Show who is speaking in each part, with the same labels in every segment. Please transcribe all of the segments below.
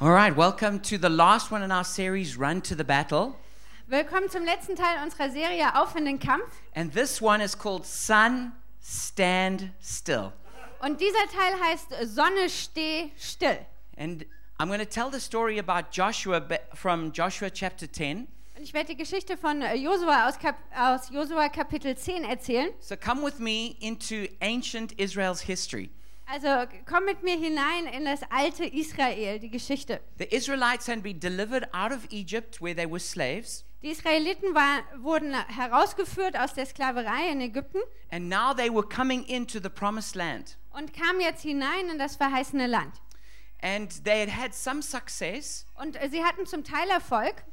Speaker 1: All right, welcome to the last one in our series, Run to the Battle.
Speaker 2: Willkommen zum letzten Teil unserer Serie Auf in den Kampf.
Speaker 1: And this one is called Sun Stand Still.
Speaker 2: Und dieser Teil heißt Sonne, steh still.
Speaker 1: And I'm going to tell the story about Joshua ba- from Joshua chapter 10.
Speaker 2: Und ich werde die Geschichte von äh, Josua aus, Kap aus Josua Kapitel 10 erzählen.
Speaker 1: So come with me into ancient Israel's history.
Speaker 2: Also komm mit mir hinein in das alte Israel, die Geschichte.
Speaker 1: The Israelites had been delivered out of Egypt where they were slaves,
Speaker 2: Die Israeliten war, wurden herausgeführt aus der Sklaverei in Ägypten
Speaker 1: and now they were coming into the promised land.
Speaker 2: und kamen jetzt hinein in das verheißene Land.
Speaker 1: And they had had some success,
Speaker 2: Und äh, sie hatten zum Teil Erfolg.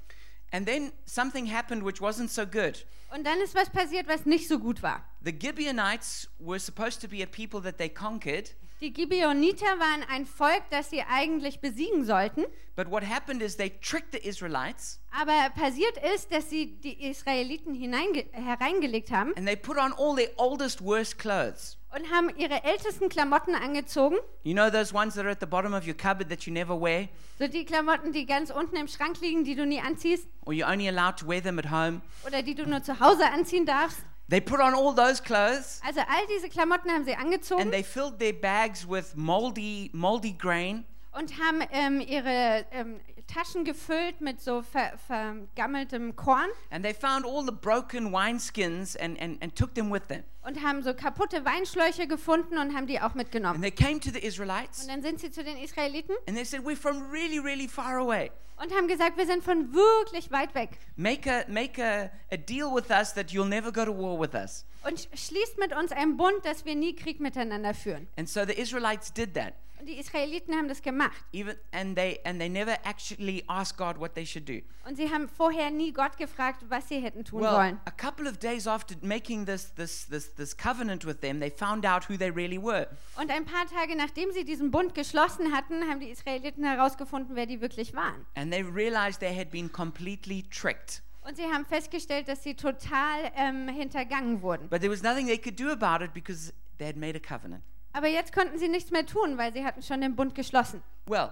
Speaker 1: and then something happened which wasn't so good.
Speaker 2: Und dann ist was passiert, was nicht so gut war.
Speaker 1: The Gibeonites were supposed to be a people that they conquered,
Speaker 2: Die Gibeoniter waren ein Volk, das sie eigentlich besiegen sollten.
Speaker 1: but what happened is they tricked the Israelites
Speaker 2: Aber passiert ist, dass sie die Israeliten hineinge hereingelegt haben
Speaker 1: and they put on all their oldest, worst clothes.
Speaker 2: und haben ihre ältesten Klamotten angezogen.
Speaker 1: You know those ones that are at the bottom of your cupboard that you never wear,
Speaker 2: So die Klamotten, die ganz unten im Schrank liegen, die du nie anziehst
Speaker 1: or you're only allowed to wear them at home?
Speaker 2: oder die du nur zu Hause anziehen darfst.
Speaker 1: They put on all those clothes
Speaker 2: Also all diese Klamotten haben sie angezogen
Speaker 1: and they filled their bags with moldy, moldy grain,
Speaker 2: und haben ähm, ihre ähm, Taschen gefüllt mit so ver vergammeltem Korn
Speaker 1: and they found all the broken wineskins and, and, and took them with them.
Speaker 2: und haben so kaputte Weinschläuche gefunden und haben die auch
Speaker 1: And
Speaker 2: mitgenommen.
Speaker 1: they came to the Israelites
Speaker 2: Und dann sind sie zu den Israeliten
Speaker 1: and they said, We're from really, really far away.
Speaker 2: und haben gesagt, wir sind von wirklich weit weg.
Speaker 1: Make a make a, a deal with us that you'll never go to war with us.
Speaker 2: und sch- schließt mit uns einen Bund, dass wir nie Krieg miteinander führen.
Speaker 1: And so the Israelites did that.
Speaker 2: Und die Israeliten haben das gemacht.
Speaker 1: Even and they and they never actually asked God what they should do.
Speaker 2: Und sie haben vorher nie Gott gefragt, was sie hätten tun
Speaker 1: Well,
Speaker 2: sollen.
Speaker 1: a couple of days after making this this this this covenant with them, they found out who they really were.
Speaker 2: Und ein paar Tage nachdem sie diesen Bund geschlossen hatten, haben die Israeliten herausgefunden, wer die wirklich waren.
Speaker 1: And they realized they had been completely tricked.
Speaker 2: Und sie haben festgestellt, dass sie total ähm, hintergangen wurden.
Speaker 1: But there was nothing they could do about it because they had made a covenant.
Speaker 2: Aber jetzt konnten sie nichts mehr tun, weil sie hatten schon den Bund geschlossen.
Speaker 1: Well,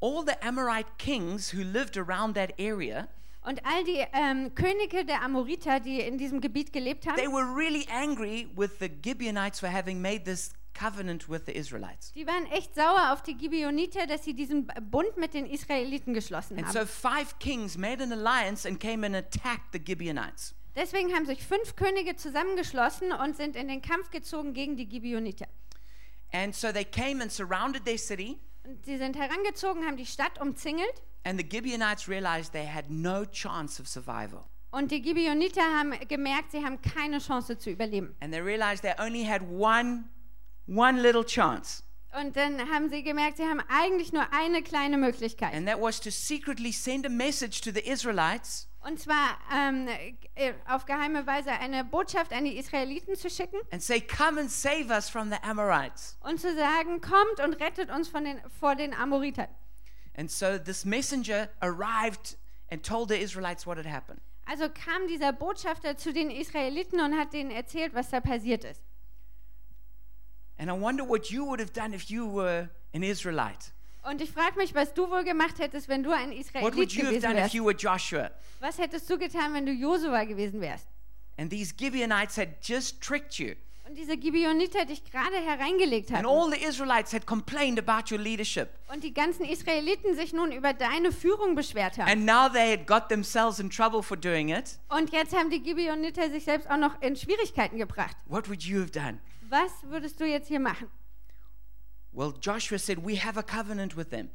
Speaker 1: all the Amorite kings who lived around that area,
Speaker 2: Und all die ähm, Könige der Amoriter, die in diesem Gebiet gelebt haben,
Speaker 1: They were really angry with the Gibeonites for having made this covenant with the Israelites.
Speaker 2: die waren echt sauer auf die Gibeoniter, dass sie diesen Bund mit den Israeliten geschlossen
Speaker 1: And
Speaker 2: haben.
Speaker 1: so five kings made an alliance and came and attacked the Gibeonites.
Speaker 2: Deswegen haben sich fünf Könige zusammengeschlossen und sind in den Kampf gezogen gegen die Gibeoniter.
Speaker 1: And so they came and surrounded their city,
Speaker 2: Und sie sind herangezogen, haben die Stadt umzingelt
Speaker 1: and the Gibeonites realized they had no chance of survival.
Speaker 2: und die Gibeoniter haben gemerkt, sie haben keine Chance zu überleben.
Speaker 1: And they realized they only had one, one little chance,
Speaker 2: Und dann haben sie gemerkt, sie haben eigentlich nur eine kleine Möglichkeit.
Speaker 1: and that was to secretly send a message to the Israelites
Speaker 2: Und zwar ähm, äh, auf geheime Weise eine Botschaft an die Israeliten zu schicken
Speaker 1: and say, Come and save us from the Amorites.
Speaker 2: und zu sagen, kommt und rettet uns von den, vor den Amoritern.
Speaker 1: And so this messenger arrived and told the Israelites what had happened.
Speaker 2: Also kam dieser Botschafter zu den Israeliten und hat denen erzählt, was da passiert ist.
Speaker 1: And I wonder what you would have done if you were an Israelite.
Speaker 2: Und ich frage mich, was du wohl gemacht hättest, wenn du ein
Speaker 1: What
Speaker 2: Israelit
Speaker 1: would you have
Speaker 2: gewesen
Speaker 1: done if
Speaker 2: wärst.
Speaker 1: you were Joshua?
Speaker 2: Was hättest du getan, wenn du Josua gewesen wärst?
Speaker 1: And these Gibeonites had just tricked you.
Speaker 2: Und diese Gibeoniter dich gerade hereingelegt
Speaker 1: And
Speaker 2: hatten.
Speaker 1: all the Israelites had complained about your leadership.
Speaker 2: Und die ganzen Israeliten sich nun über deine Führung beschwert haben.
Speaker 1: And now they had got themselves in trouble for doing it.
Speaker 2: Und jetzt haben die Gibeoniter sich selbst auch noch in Schwierigkeiten gebracht.
Speaker 1: What would you have done?
Speaker 2: Was würdest du jetzt hier machen?
Speaker 1: Well, Joshua said, We have a covenant with them.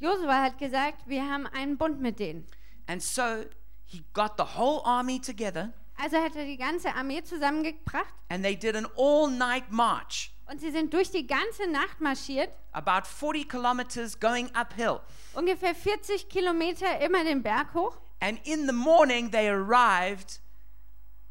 Speaker 2: Josua hat gesagt, wir haben einen Bund mit denen.
Speaker 1: And so he got the whole army together
Speaker 2: Also hat er die ganze Armee zusammengebracht
Speaker 1: and they did an all night march,
Speaker 2: und sie sind durch die ganze Nacht marschiert,
Speaker 1: about 40 kilometers going uphill.
Speaker 2: ungefähr 40 Kilometer immer den Berg hoch.
Speaker 1: And in the morning, they arrived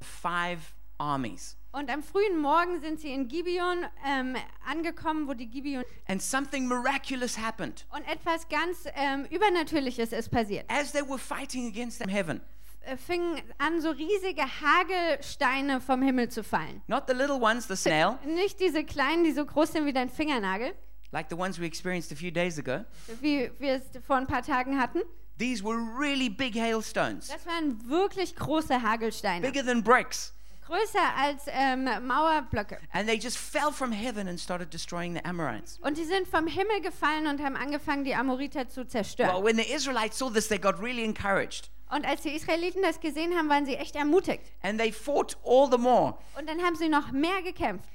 Speaker 1: five armies.
Speaker 2: Und am frühen Morgen sind sie in Gibeon ähm, angekommen, wo die Gibeon
Speaker 1: And something miraculous happened.
Speaker 2: und etwas ganz ähm, Übernatürliches ist passiert.
Speaker 1: As they were fighting against them, heaven,
Speaker 2: Äh, fingen an, so riesige Hagelsteine vom Himmel zu fallen.
Speaker 1: not the little ones, the snail,
Speaker 2: Nicht diese kleinen, die so groß sind wie dein Fingernagel,
Speaker 1: like the ones we experienced a few days ago,
Speaker 2: wie wir es vor ein paar Tagen hatten.
Speaker 1: these were really big hailstones,
Speaker 2: Das waren wirklich große Hagelsteine,
Speaker 1: bigger than bricks.
Speaker 2: größer als ähm, Mauerblöcke.
Speaker 1: And they just fell from heaven and started destroying the Amorites.
Speaker 2: Und die sind vom Himmel gefallen und haben angefangen, die Amoriter zu
Speaker 1: Well,
Speaker 2: zerstören.
Speaker 1: when the Israelites saw this, they got really encouraged.
Speaker 2: Und als die Israeliten das gesehen haben, waren sie echt ermutigt.
Speaker 1: And they fought all the more.
Speaker 2: Und dann haben sie noch mehr gekämpft.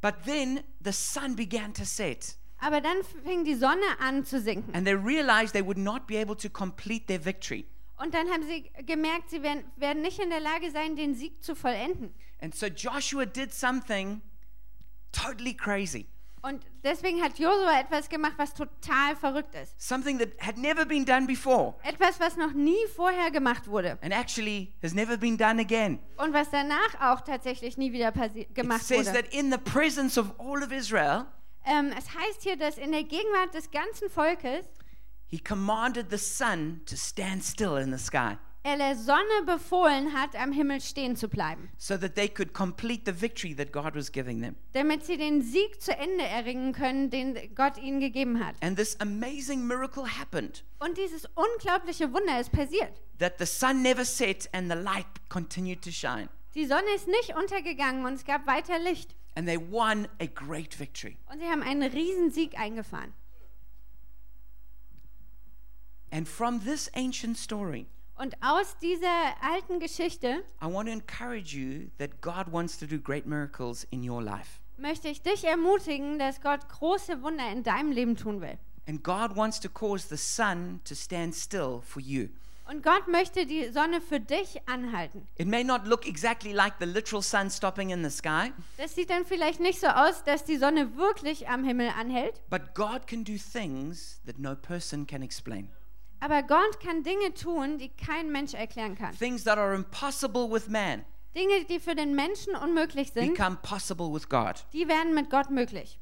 Speaker 1: But then the sun began to set.
Speaker 2: Aber dann fing die Sonne an zu sinken.
Speaker 1: And they realized they would not be able to complete their victory.
Speaker 2: Und dann haben sie gemerkt, sie werden, werden nicht in der Lage sein, den Sieg zu vollenden.
Speaker 1: And so Joshua did something totally crazy,
Speaker 2: Und deswegen hat Josua etwas gemacht, was total verrückt ist.
Speaker 1: something that had never been done before,
Speaker 2: Etwas, was noch nie vorher gemacht wurde
Speaker 1: and actually has never been done again.
Speaker 2: und was danach auch tatsächlich nie wieder passi-
Speaker 1: It
Speaker 2: gemacht
Speaker 1: says
Speaker 2: wurde.
Speaker 1: that in the presence of all of Israel,
Speaker 2: Ähm, es heißt hier, dass in der Gegenwart des ganzen Volkes
Speaker 1: he commanded the sun to stand still in the sky
Speaker 2: er der Sonne befohlen hat, am Himmel stehen zu bleiben,
Speaker 1: so that they could complete the victory that God was giving them.
Speaker 2: damit sie den Sieg zu Ende erringen können, den Gott ihnen gegeben hat.
Speaker 1: And this amazing miracle happened
Speaker 2: Und dieses unglaubliche Wunder ist passiert.
Speaker 1: that the sun never set and the light continued to shine.
Speaker 2: Die Sonne ist nicht untergegangen und es gab weiter Licht.
Speaker 1: And they won a great victory.
Speaker 2: Und sie haben einen riesen Sieg eingefahren.
Speaker 1: And from this ancient story,
Speaker 2: Und aus dieser alten Geschichte
Speaker 1: I want to encourage you that God wants to do great miracles in your life.
Speaker 2: möchte ich dich ermutigen, dass Gott große Wunder in deinem Leben tun will.
Speaker 1: And God wants to cause the sun to stand still for you.
Speaker 2: Und Gott möchte die Sonne für dich anhalten.
Speaker 1: It may not look exactly like the literal sun stopping in the sky,
Speaker 2: Das sieht dann vielleicht nicht so aus, dass die Sonne wirklich am Himmel anhält,
Speaker 1: but God can do things that no person can explain.
Speaker 2: aber Gott kann Dinge tun, die kein Mensch erklären kann.
Speaker 1: Things that are impossible with man
Speaker 2: Dinge, die für den Menschen unmöglich sind,
Speaker 1: become possible with God.
Speaker 2: die werden mit Gott möglich.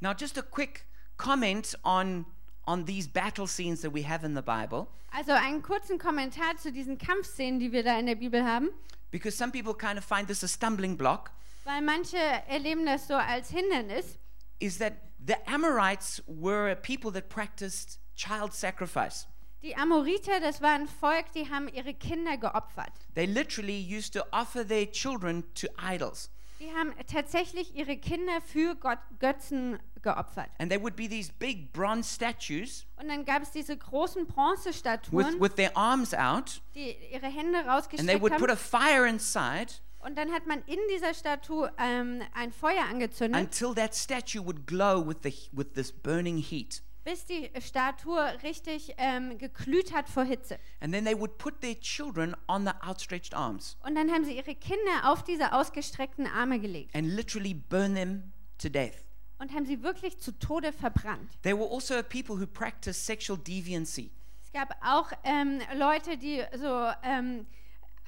Speaker 1: Now, just a quick comment on, on these battle scenes that we have in the Bible,
Speaker 2: Also einen kurzen Kommentar zu diesen Kampfszenen, die wir da in der Bibel haben,
Speaker 1: because some people kind of find this a stumbling block,
Speaker 2: weil manche erleben das so als Hindernis.
Speaker 1: is that the Amorites were a people that practiced child sacrifice.
Speaker 2: Die Amoriter, das war ein Volk, die haben ihre Kinder geopfert.
Speaker 1: They literally used to offer their children to idols.
Speaker 2: Die haben tatsächlich ihre Kinder für Gott, Götzen geopfert.
Speaker 1: And there would be these big bronze statues
Speaker 2: Und dann gab es diese großen
Speaker 1: with,
Speaker 2: Bronzestatuen,
Speaker 1: with their arms out,
Speaker 2: die ihre Hände
Speaker 1: and they
Speaker 2: rausgestreckt
Speaker 1: would put a
Speaker 2: haben.
Speaker 1: fire inside
Speaker 2: Und dann hat man in dieser Statue ähm, ein Feuer angezündet,
Speaker 1: until that statue would glow with, the, with this burning heat.
Speaker 2: bis die Statue richtig ähm, geglüht hat vor Hitze.
Speaker 1: And then they would put their children on the outstretched arms
Speaker 2: Und dann haben sie ihre Kinder auf diese ausgestreckten Arme gelegt
Speaker 1: and literally burn them to death.
Speaker 2: und haben sie wirklich zu Tode verbrannt.
Speaker 1: They were also a people who practiced sexual deviancy.
Speaker 2: Es gab auch ähm, Leute, die so ähm,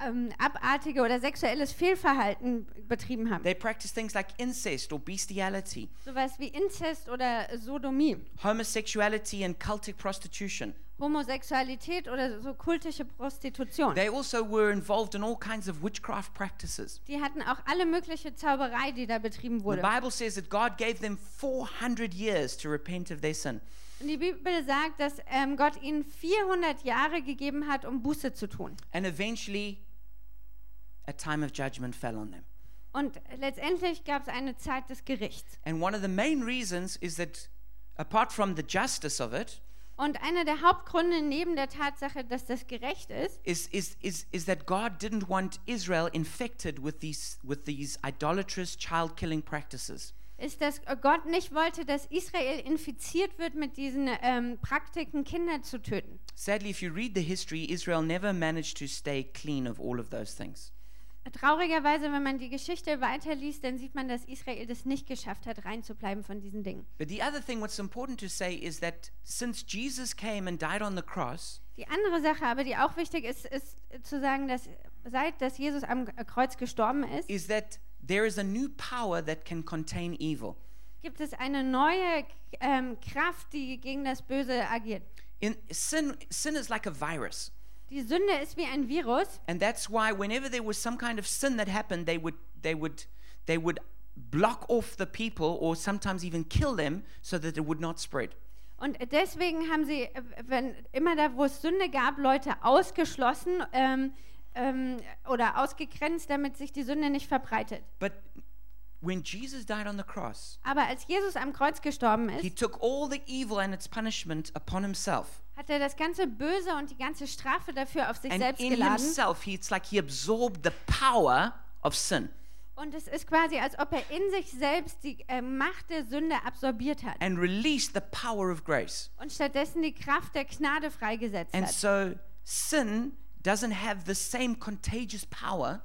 Speaker 2: ähm, abartige oder sexuelles Fehlverhalten betrieben haben.
Speaker 1: They practiced things like incest or bestiality,
Speaker 2: Sowas wie Inzest oder Sodomie,
Speaker 1: homosexuality, and cultic prostitution.
Speaker 2: Homosexualität oder so kultische Prostitution.
Speaker 1: They also were involved in all kinds of witchcraft practices.
Speaker 2: Die hatten auch alle mögliche Zauberei, die da betrieben
Speaker 1: The
Speaker 2: wurde.
Speaker 1: Bible says that God gave them 400 years to repent of their sin.
Speaker 2: Und die Bibel sagt, dass ähm, Gott ihnen 400 Jahre gegeben hat, um Buße zu tun.
Speaker 1: And eventually, a time of judgment fell on them.
Speaker 2: Und letztendlich gab es eine Zeit des Gerichts.
Speaker 1: And one of the main reasons is that, apart from the justice of it,
Speaker 2: Und einer der Hauptgründe neben der Tatsache, dass das gerecht ist,
Speaker 1: is, is, is, is that God didn't want Israel infected with these, with these idolatrous child killing practices.
Speaker 2: ist, dass Gott nicht wollte, dass Israel infiziert wird mit diesen ähm, Praktiken, Kinder zu töten.
Speaker 1: Sadly, if you read the history, Israel never managed to stay clean of all of those things.
Speaker 2: Traurigerweise, wenn man die Geschichte weiterliest, dann sieht man, dass Israel das nicht geschafft hat, rein zu bleiben von diesen Dingen.
Speaker 1: But the other thing what's important to say is that since Jesus came and died on the cross,
Speaker 2: Die andere Sache, aber die auch wichtig ist, ist äh, zu sagen, dass seit dass Jesus am äh, Kreuz gestorben ist,
Speaker 1: is that there is a new power that can contain evil.
Speaker 2: gibt es eine neue ähm, Kraft, die gegen das Böse agiert.
Speaker 1: In, sin, sin is like a virus.
Speaker 2: Die Sünde ist wie ein Virus
Speaker 1: And that's why whenever there was some kind of sin that happened, they would, they would, they would block off the people or sometimes even kill them so that it would not spread.
Speaker 2: Und deswegen haben sie, äh, wenn immer da, wo es Sünde gab, Leute ausgeschlossen ähm, ähm, oder ausgegrenzt, damit sich die Sünde nicht verbreitet.
Speaker 1: But when Jesus died on the cross,
Speaker 2: Aber als Jesus am Kreuz gestorben
Speaker 1: he
Speaker 2: ist,
Speaker 1: took all the evil and its punishment upon himself.
Speaker 2: hat er das ganze Böse und die ganze Strafe dafür auf sich
Speaker 1: And
Speaker 2: selbst
Speaker 1: in
Speaker 2: geladen.
Speaker 1: himself, he, it's like he absorbed the power of sin.
Speaker 2: Und es ist quasi, als ob er in sich selbst die äh, Macht der Sünde absorbiert hat
Speaker 1: and release the power of grace.
Speaker 2: und stattdessen die Kraft der Gnade freigesetzt
Speaker 1: And
Speaker 2: hat.
Speaker 1: so sin doesn't have the same contagious power.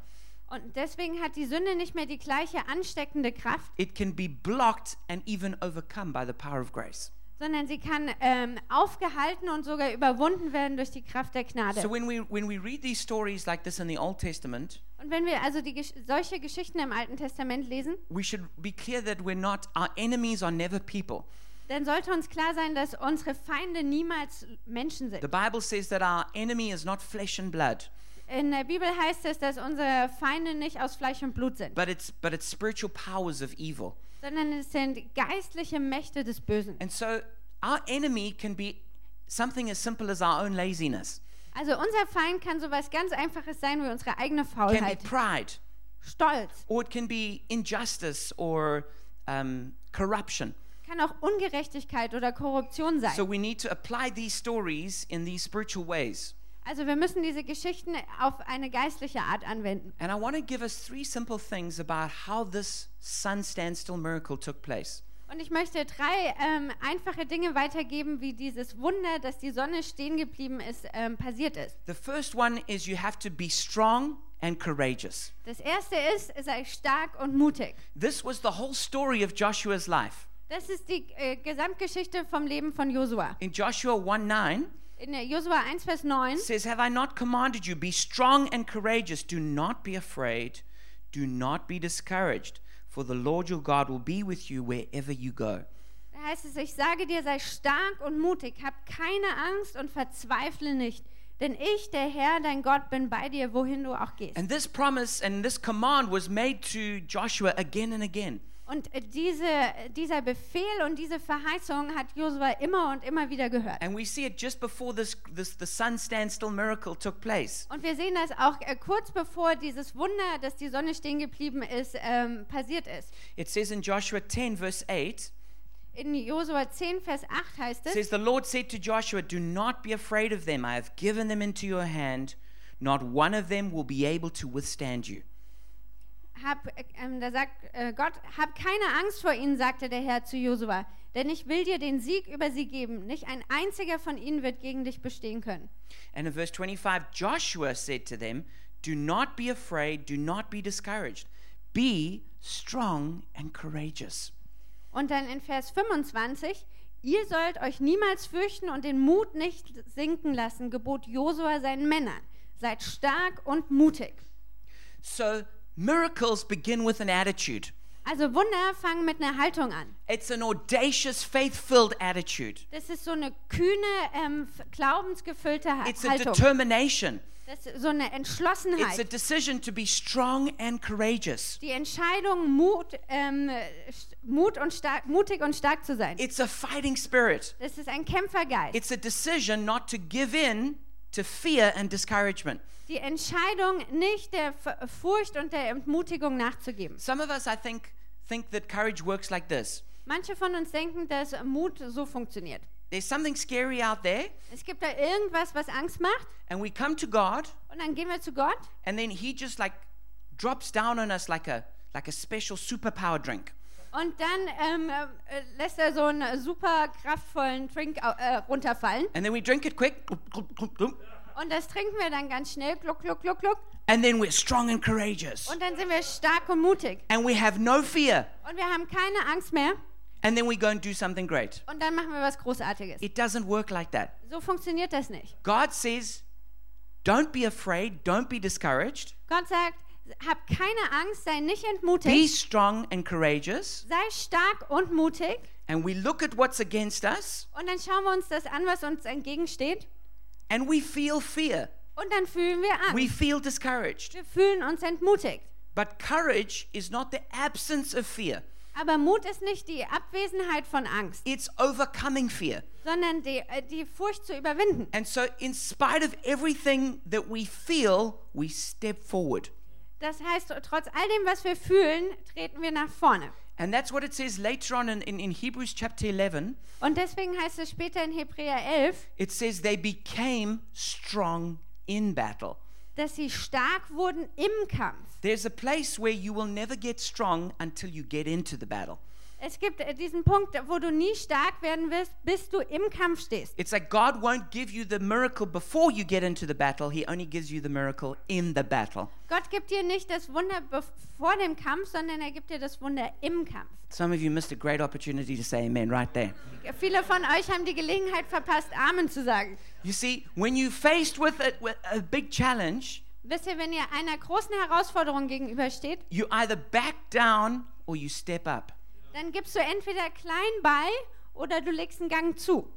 Speaker 2: Und deswegen hat die Sünde nicht mehr die gleiche ansteckende Kraft,
Speaker 1: It can be blocked and even overcome by the power of grace.
Speaker 2: sondern sie kann ähm, aufgehalten und sogar überwunden werden durch die Kraft der Gnade.
Speaker 1: So when we when we read these stories like this in the Old Testament,
Speaker 2: Und wenn wir also die, Gesch- solche Geschichten im Alten Testament lesen,
Speaker 1: we should be clear that we're not our enemies are never people.
Speaker 2: dann sollte uns klar sein, dass unsere Feinde niemals Menschen
Speaker 1: The
Speaker 2: sind.
Speaker 1: Bible says that our enemy is not flesh and blood,
Speaker 2: In der Bibel heißt es, dass unsere Feinde nicht aus Fleisch und Blut sind,
Speaker 1: but it's but it's spiritual powers of evil.
Speaker 2: sondern es sind geistliche Mächte des Bösen.
Speaker 1: And so our enemy can be something as simple as our own laziness,
Speaker 2: Also unser Feind kann sowas ganz Einfaches sein wie unsere eigene
Speaker 1: can be
Speaker 2: Faulheit,
Speaker 1: pride,
Speaker 2: Stolz,
Speaker 1: or it can be injustice or um, corruption.
Speaker 2: kann auch Ungerechtigkeit oder Korruption
Speaker 1: So
Speaker 2: sein.
Speaker 1: we need to apply these stories in these spiritual ways.
Speaker 2: Also wir müssen diese Geschichten auf eine geistliche Art anwenden.
Speaker 1: And I want to give us three simple things about how this sun standstill miracle took place.
Speaker 2: Und ich möchte drei ähm, einfache Dinge weitergeben, wie dieses Wunder, dass die Sonne stehen geblieben ist, ähm, passiert ist.
Speaker 1: The first one is you have to be strong and courageous.
Speaker 2: Das erste ist, sei stark und mutig.
Speaker 1: This was the whole story of Joshua's life.
Speaker 2: Das ist die äh, Gesamtgeschichte vom Leben von Josua.
Speaker 1: In Joshua 1 9
Speaker 2: In äh, Josua 1, Vers 9
Speaker 1: says, Have I not commanded you, be strong and courageous? Do not be afraid, do not be discouraged, for the Lord your God will be with you wherever you go.
Speaker 2: da heißt es, ich sage dir, sei stark und mutig, hab keine Angst und verzweifle nicht, denn ich, der Herr, dein Gott, bin bei dir, wohin du auch gehst.
Speaker 1: And this promise and this command was made to Joshua again and again.
Speaker 2: Und äh, diese, äh, dieser Befehl und diese Verheißung hat Josua immer und immer wieder gehört.
Speaker 1: And we see it just before this, this the sun standstill miracle took place.
Speaker 2: Und wir sehen das auch äh, kurz bevor dieses Wunder, dass die Sonne stehen geblieben ist, ähm, passiert ist.
Speaker 1: It says in Joshua 10, verse 8,
Speaker 2: In Josua 10, Vers 8 heißt
Speaker 1: it
Speaker 2: es,
Speaker 1: says, The Lord said to Joshua, Do not be afraid of them. I have given them into your hand. Not one of them will be able to withstand you.
Speaker 2: hab, äh, ähm, da sagt äh, Gott, hab keine Angst vor ihnen, sagte der Herr zu Josua, denn ich will dir den Sieg über sie geben. Nicht ein einziger von ihnen wird gegen dich bestehen können.
Speaker 1: And in verse 25, Joshua said to them, Do not be afraid, do not be discouraged. Be strong and courageous.
Speaker 2: Und dann in Vers 25, ihr sollt euch niemals fürchten und den Mut nicht sinken lassen, gebot Josua seinen Männern. Seid stark und mutig.
Speaker 1: So, miracles begin with an attitude.
Speaker 2: Also Wunder fangen mit einer Haltung an.
Speaker 1: It's an audacious, faith filled attitude.
Speaker 2: Das ist so eine kühne, ähm, f- glaubensgefüllte Ha-
Speaker 1: It's a
Speaker 2: Haltung.
Speaker 1: determination.
Speaker 2: Das ist so eine
Speaker 1: It's a
Speaker 2: Entschlossenheit.
Speaker 1: decision to be strong and courageous.
Speaker 2: Die Entscheidung, Mut, ähm, st- Mut und stark, mutig und stark zu sein.
Speaker 1: It's a fighting spirit.
Speaker 2: Das ist ein Kämpfergeist.
Speaker 1: It's a decision not to give in to fear and discouragement.
Speaker 2: Die Entscheidung, nicht der F Furcht und der Entmutigung nachzugeben.
Speaker 1: Some of us, I think, think that courage works like this
Speaker 2: Manche von uns denken, dass Mut so funktioniert.
Speaker 1: there's something scary out there,
Speaker 2: Es gibt da irgendwas, was Angst macht,
Speaker 1: and we come to God,
Speaker 2: und dann gehen wir zu Gott
Speaker 1: and then He just like drops down on us like a like a special superpower drink.
Speaker 2: und dann ähm, äh, lässt er so einen super kraftvollen Drink au- äh, runterfallen.
Speaker 1: And then we drink it quick,
Speaker 2: Und das trinken wir dann ganz schnell, gluck, gluck, gluck, gluck.
Speaker 1: and then we're strong and courageous,
Speaker 2: Und dann sind wir stark und mutig.
Speaker 1: and we have no fear,
Speaker 2: Und wir haben keine Angst mehr.
Speaker 1: and then we go and do something great.
Speaker 2: Und dann machen wir was Großartiges.
Speaker 1: It doesn't work like that.
Speaker 2: So funktioniert das nicht.
Speaker 1: God says, don't be afraid, don't be discouraged,
Speaker 2: Gott sagt, hab keine Angst, sei nicht
Speaker 1: be
Speaker 2: entmutigt.
Speaker 1: strong and courageous.
Speaker 2: Sei stark und mutig.
Speaker 1: And we look at what's against us
Speaker 2: Und dann schauen wir uns das an, was uns entgegensteht.
Speaker 1: and we feel fear,
Speaker 2: Und dann fühlen wir
Speaker 1: we
Speaker 2: Angst.
Speaker 1: feel discouraged.
Speaker 2: Wir fühlen uns entmutigt.
Speaker 1: But courage is not the absence of fear,
Speaker 2: Aber Mut ist nicht die Abwesenheit von Angst,
Speaker 1: it's overcoming fear.
Speaker 2: sondern die, äh, die Furcht zu überwinden.
Speaker 1: And so, in spite of everything that we feel, we step forward.
Speaker 2: Das heißt, trotz all dem, was wir fühlen, treten wir nach vorne.
Speaker 1: And that's what it says later on in, in, in Hebrews chapter 11.
Speaker 2: Und deswegen heißt es später in Hebräer 11,
Speaker 1: It says they became strong in battle.
Speaker 2: dass sie stark wurden im Kampf.
Speaker 1: There's a place where you will never get strong until you get into the battle.
Speaker 2: Es gibt äh, diesen Punkt, wo du nie stark werden wirst, bis du im Kampf stehst.
Speaker 1: It's like God won't give you the miracle before you get into the battle, He only gives you the miracle in the battle.
Speaker 2: Gott gibt dir nicht das Wunder bev- vor dem Kampf, sondern er gibt dir das Wunder im Kampf.
Speaker 1: Some of you missed a great opportunity to say amen right there.
Speaker 2: Viele von euch haben die Gelegenheit verpasst, Amen zu sagen.
Speaker 1: You see, when you're faced with a, with a big challenge,
Speaker 2: Wisst ihr, wenn ihr einer großen Herausforderung gegenübersteht,
Speaker 1: you either back down or you step up.
Speaker 2: dann gibst du entweder klein bei oder du legst einen Gang zu.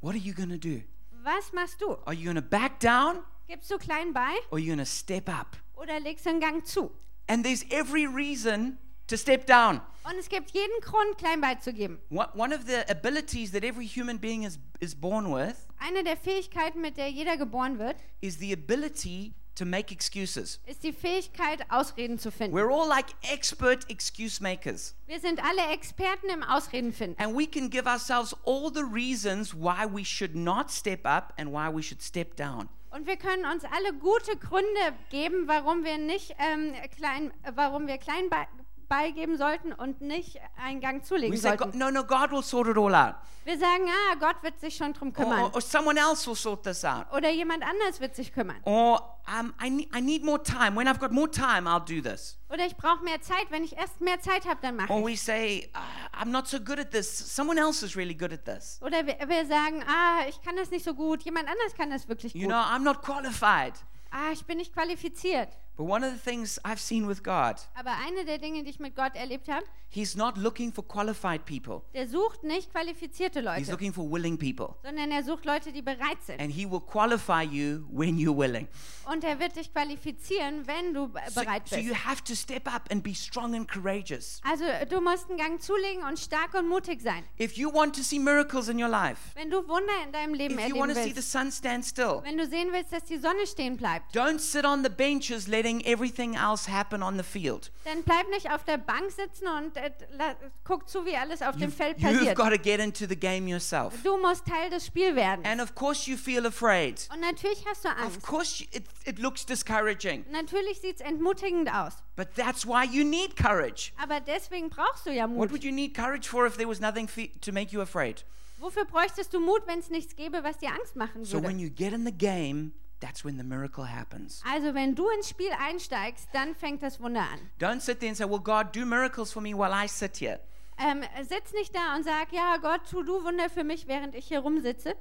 Speaker 1: What are you going to do?
Speaker 2: Was machst du?
Speaker 1: Are you going to back down
Speaker 2: Gibst du klein bei
Speaker 1: or are you going to step up?
Speaker 2: oder legst einen Gang zu?
Speaker 1: And there's every reason to step down.
Speaker 2: Und es gibt jeden Grund, klein beizugeben.
Speaker 1: One one of the abilities that every human being is, is born with
Speaker 2: Eine der Fähigkeiten, mit der jeder geboren wird,
Speaker 1: is the ability to make excuses.
Speaker 2: ist die Fähigkeit, Ausreden zu finden.
Speaker 1: We're all like expert excuse makers,
Speaker 2: Wir sind alle Experten im Ausreden finden.
Speaker 1: and we can give ourselves all the reasons why we should not step up and why we should step down.
Speaker 2: Und wir können uns alle gute Gründe geben, warum wir nicht ähm, klein, äh, warum wir klein bei, beigeben sollten und nicht einen Gang zulegen
Speaker 1: We say,
Speaker 2: sollten.
Speaker 1: "God- no, no, God will sort it all out.
Speaker 2: Wir sagen, ah, Gott wird sich schon drum
Speaker 1: Or,
Speaker 2: kümmern.
Speaker 1: or someone else will sort this out.
Speaker 2: Oder jemand anders wird sich kümmern.
Speaker 1: Or um, I, ne- I need more time. When I've got more time, I'll do this.
Speaker 2: Oder ich brauche mehr Zeit. Wenn ich erst mehr Zeit habe, dann
Speaker 1: Or
Speaker 2: mache ich.
Speaker 1: we say, "Ah, I'm not so good at this. Someone else is really good at this.
Speaker 2: Oder wir, wir sagen, ah, ich kann das nicht so gut. Jemand anders kann das wirklich
Speaker 1: You
Speaker 2: gut.
Speaker 1: know, I'm not qualified.
Speaker 2: Ah, ich bin nicht qualifiziert.
Speaker 1: But one of the things I've seen with God,
Speaker 2: Aber eine der Dinge, die ich mit Gott erlebt habe,
Speaker 1: He's not looking for qualified people,
Speaker 2: der sucht nicht qualifizierte
Speaker 1: He's
Speaker 2: Leute,
Speaker 1: looking for willing people.
Speaker 2: sondern er sucht Leute, die bereit sind.
Speaker 1: And He will qualify you when you're willing.
Speaker 2: Und er wird dich qualifizieren, wenn du be-
Speaker 1: So,
Speaker 2: bereit
Speaker 1: so you
Speaker 2: bist.
Speaker 1: have to step up and be strong and courageous.
Speaker 2: Also äh, du musst einen Gang zulegen und stark und mutig sein.
Speaker 1: If you want to see miracles in your life,
Speaker 2: Wenn du Wunder in deinem Leben
Speaker 1: if you
Speaker 2: erleben
Speaker 1: want to see the
Speaker 2: willst,
Speaker 1: sun stand still,
Speaker 2: wenn du sehen willst, dass die Sonne stehen bleibt,
Speaker 1: don't sit on the benches letting everything else happen on the field.
Speaker 2: dann bleib nicht auf der Bank sitzen und äh, la- guck zu, wie alles auf dem
Speaker 1: You've,
Speaker 2: Feld
Speaker 1: you've
Speaker 2: passiert.
Speaker 1: got to get into the game yourself.
Speaker 2: Du musst Teil des Spiels werden.
Speaker 1: And of course, you feel afraid.
Speaker 2: Und natürlich hast du
Speaker 1: Of
Speaker 2: Angst.
Speaker 1: course, you- it, it looks discouraging.
Speaker 2: Natürlich sieht es entmutigend aus.
Speaker 1: But that's why you need courage.
Speaker 2: Aber deswegen brauchst du ja
Speaker 1: What
Speaker 2: Mut.
Speaker 1: would you need courage for if there was nothing fe- to make you afraid?
Speaker 2: Wofür bräuchtest du Mut, wenn es nichts gäbe, was dir Angst machen
Speaker 1: So when
Speaker 2: würde?
Speaker 1: you get in the game, that's when the miracle happens.
Speaker 2: Also wenn du ins Spiel einsteigst, dann fängt das Wunder an.
Speaker 1: Don't sit there and say, Well, God, do miracles for me while I sit here.
Speaker 2: Ähm, sitz nicht da und sag, ja Gott, tu du Wunder für mich, während ich hier rumsitze.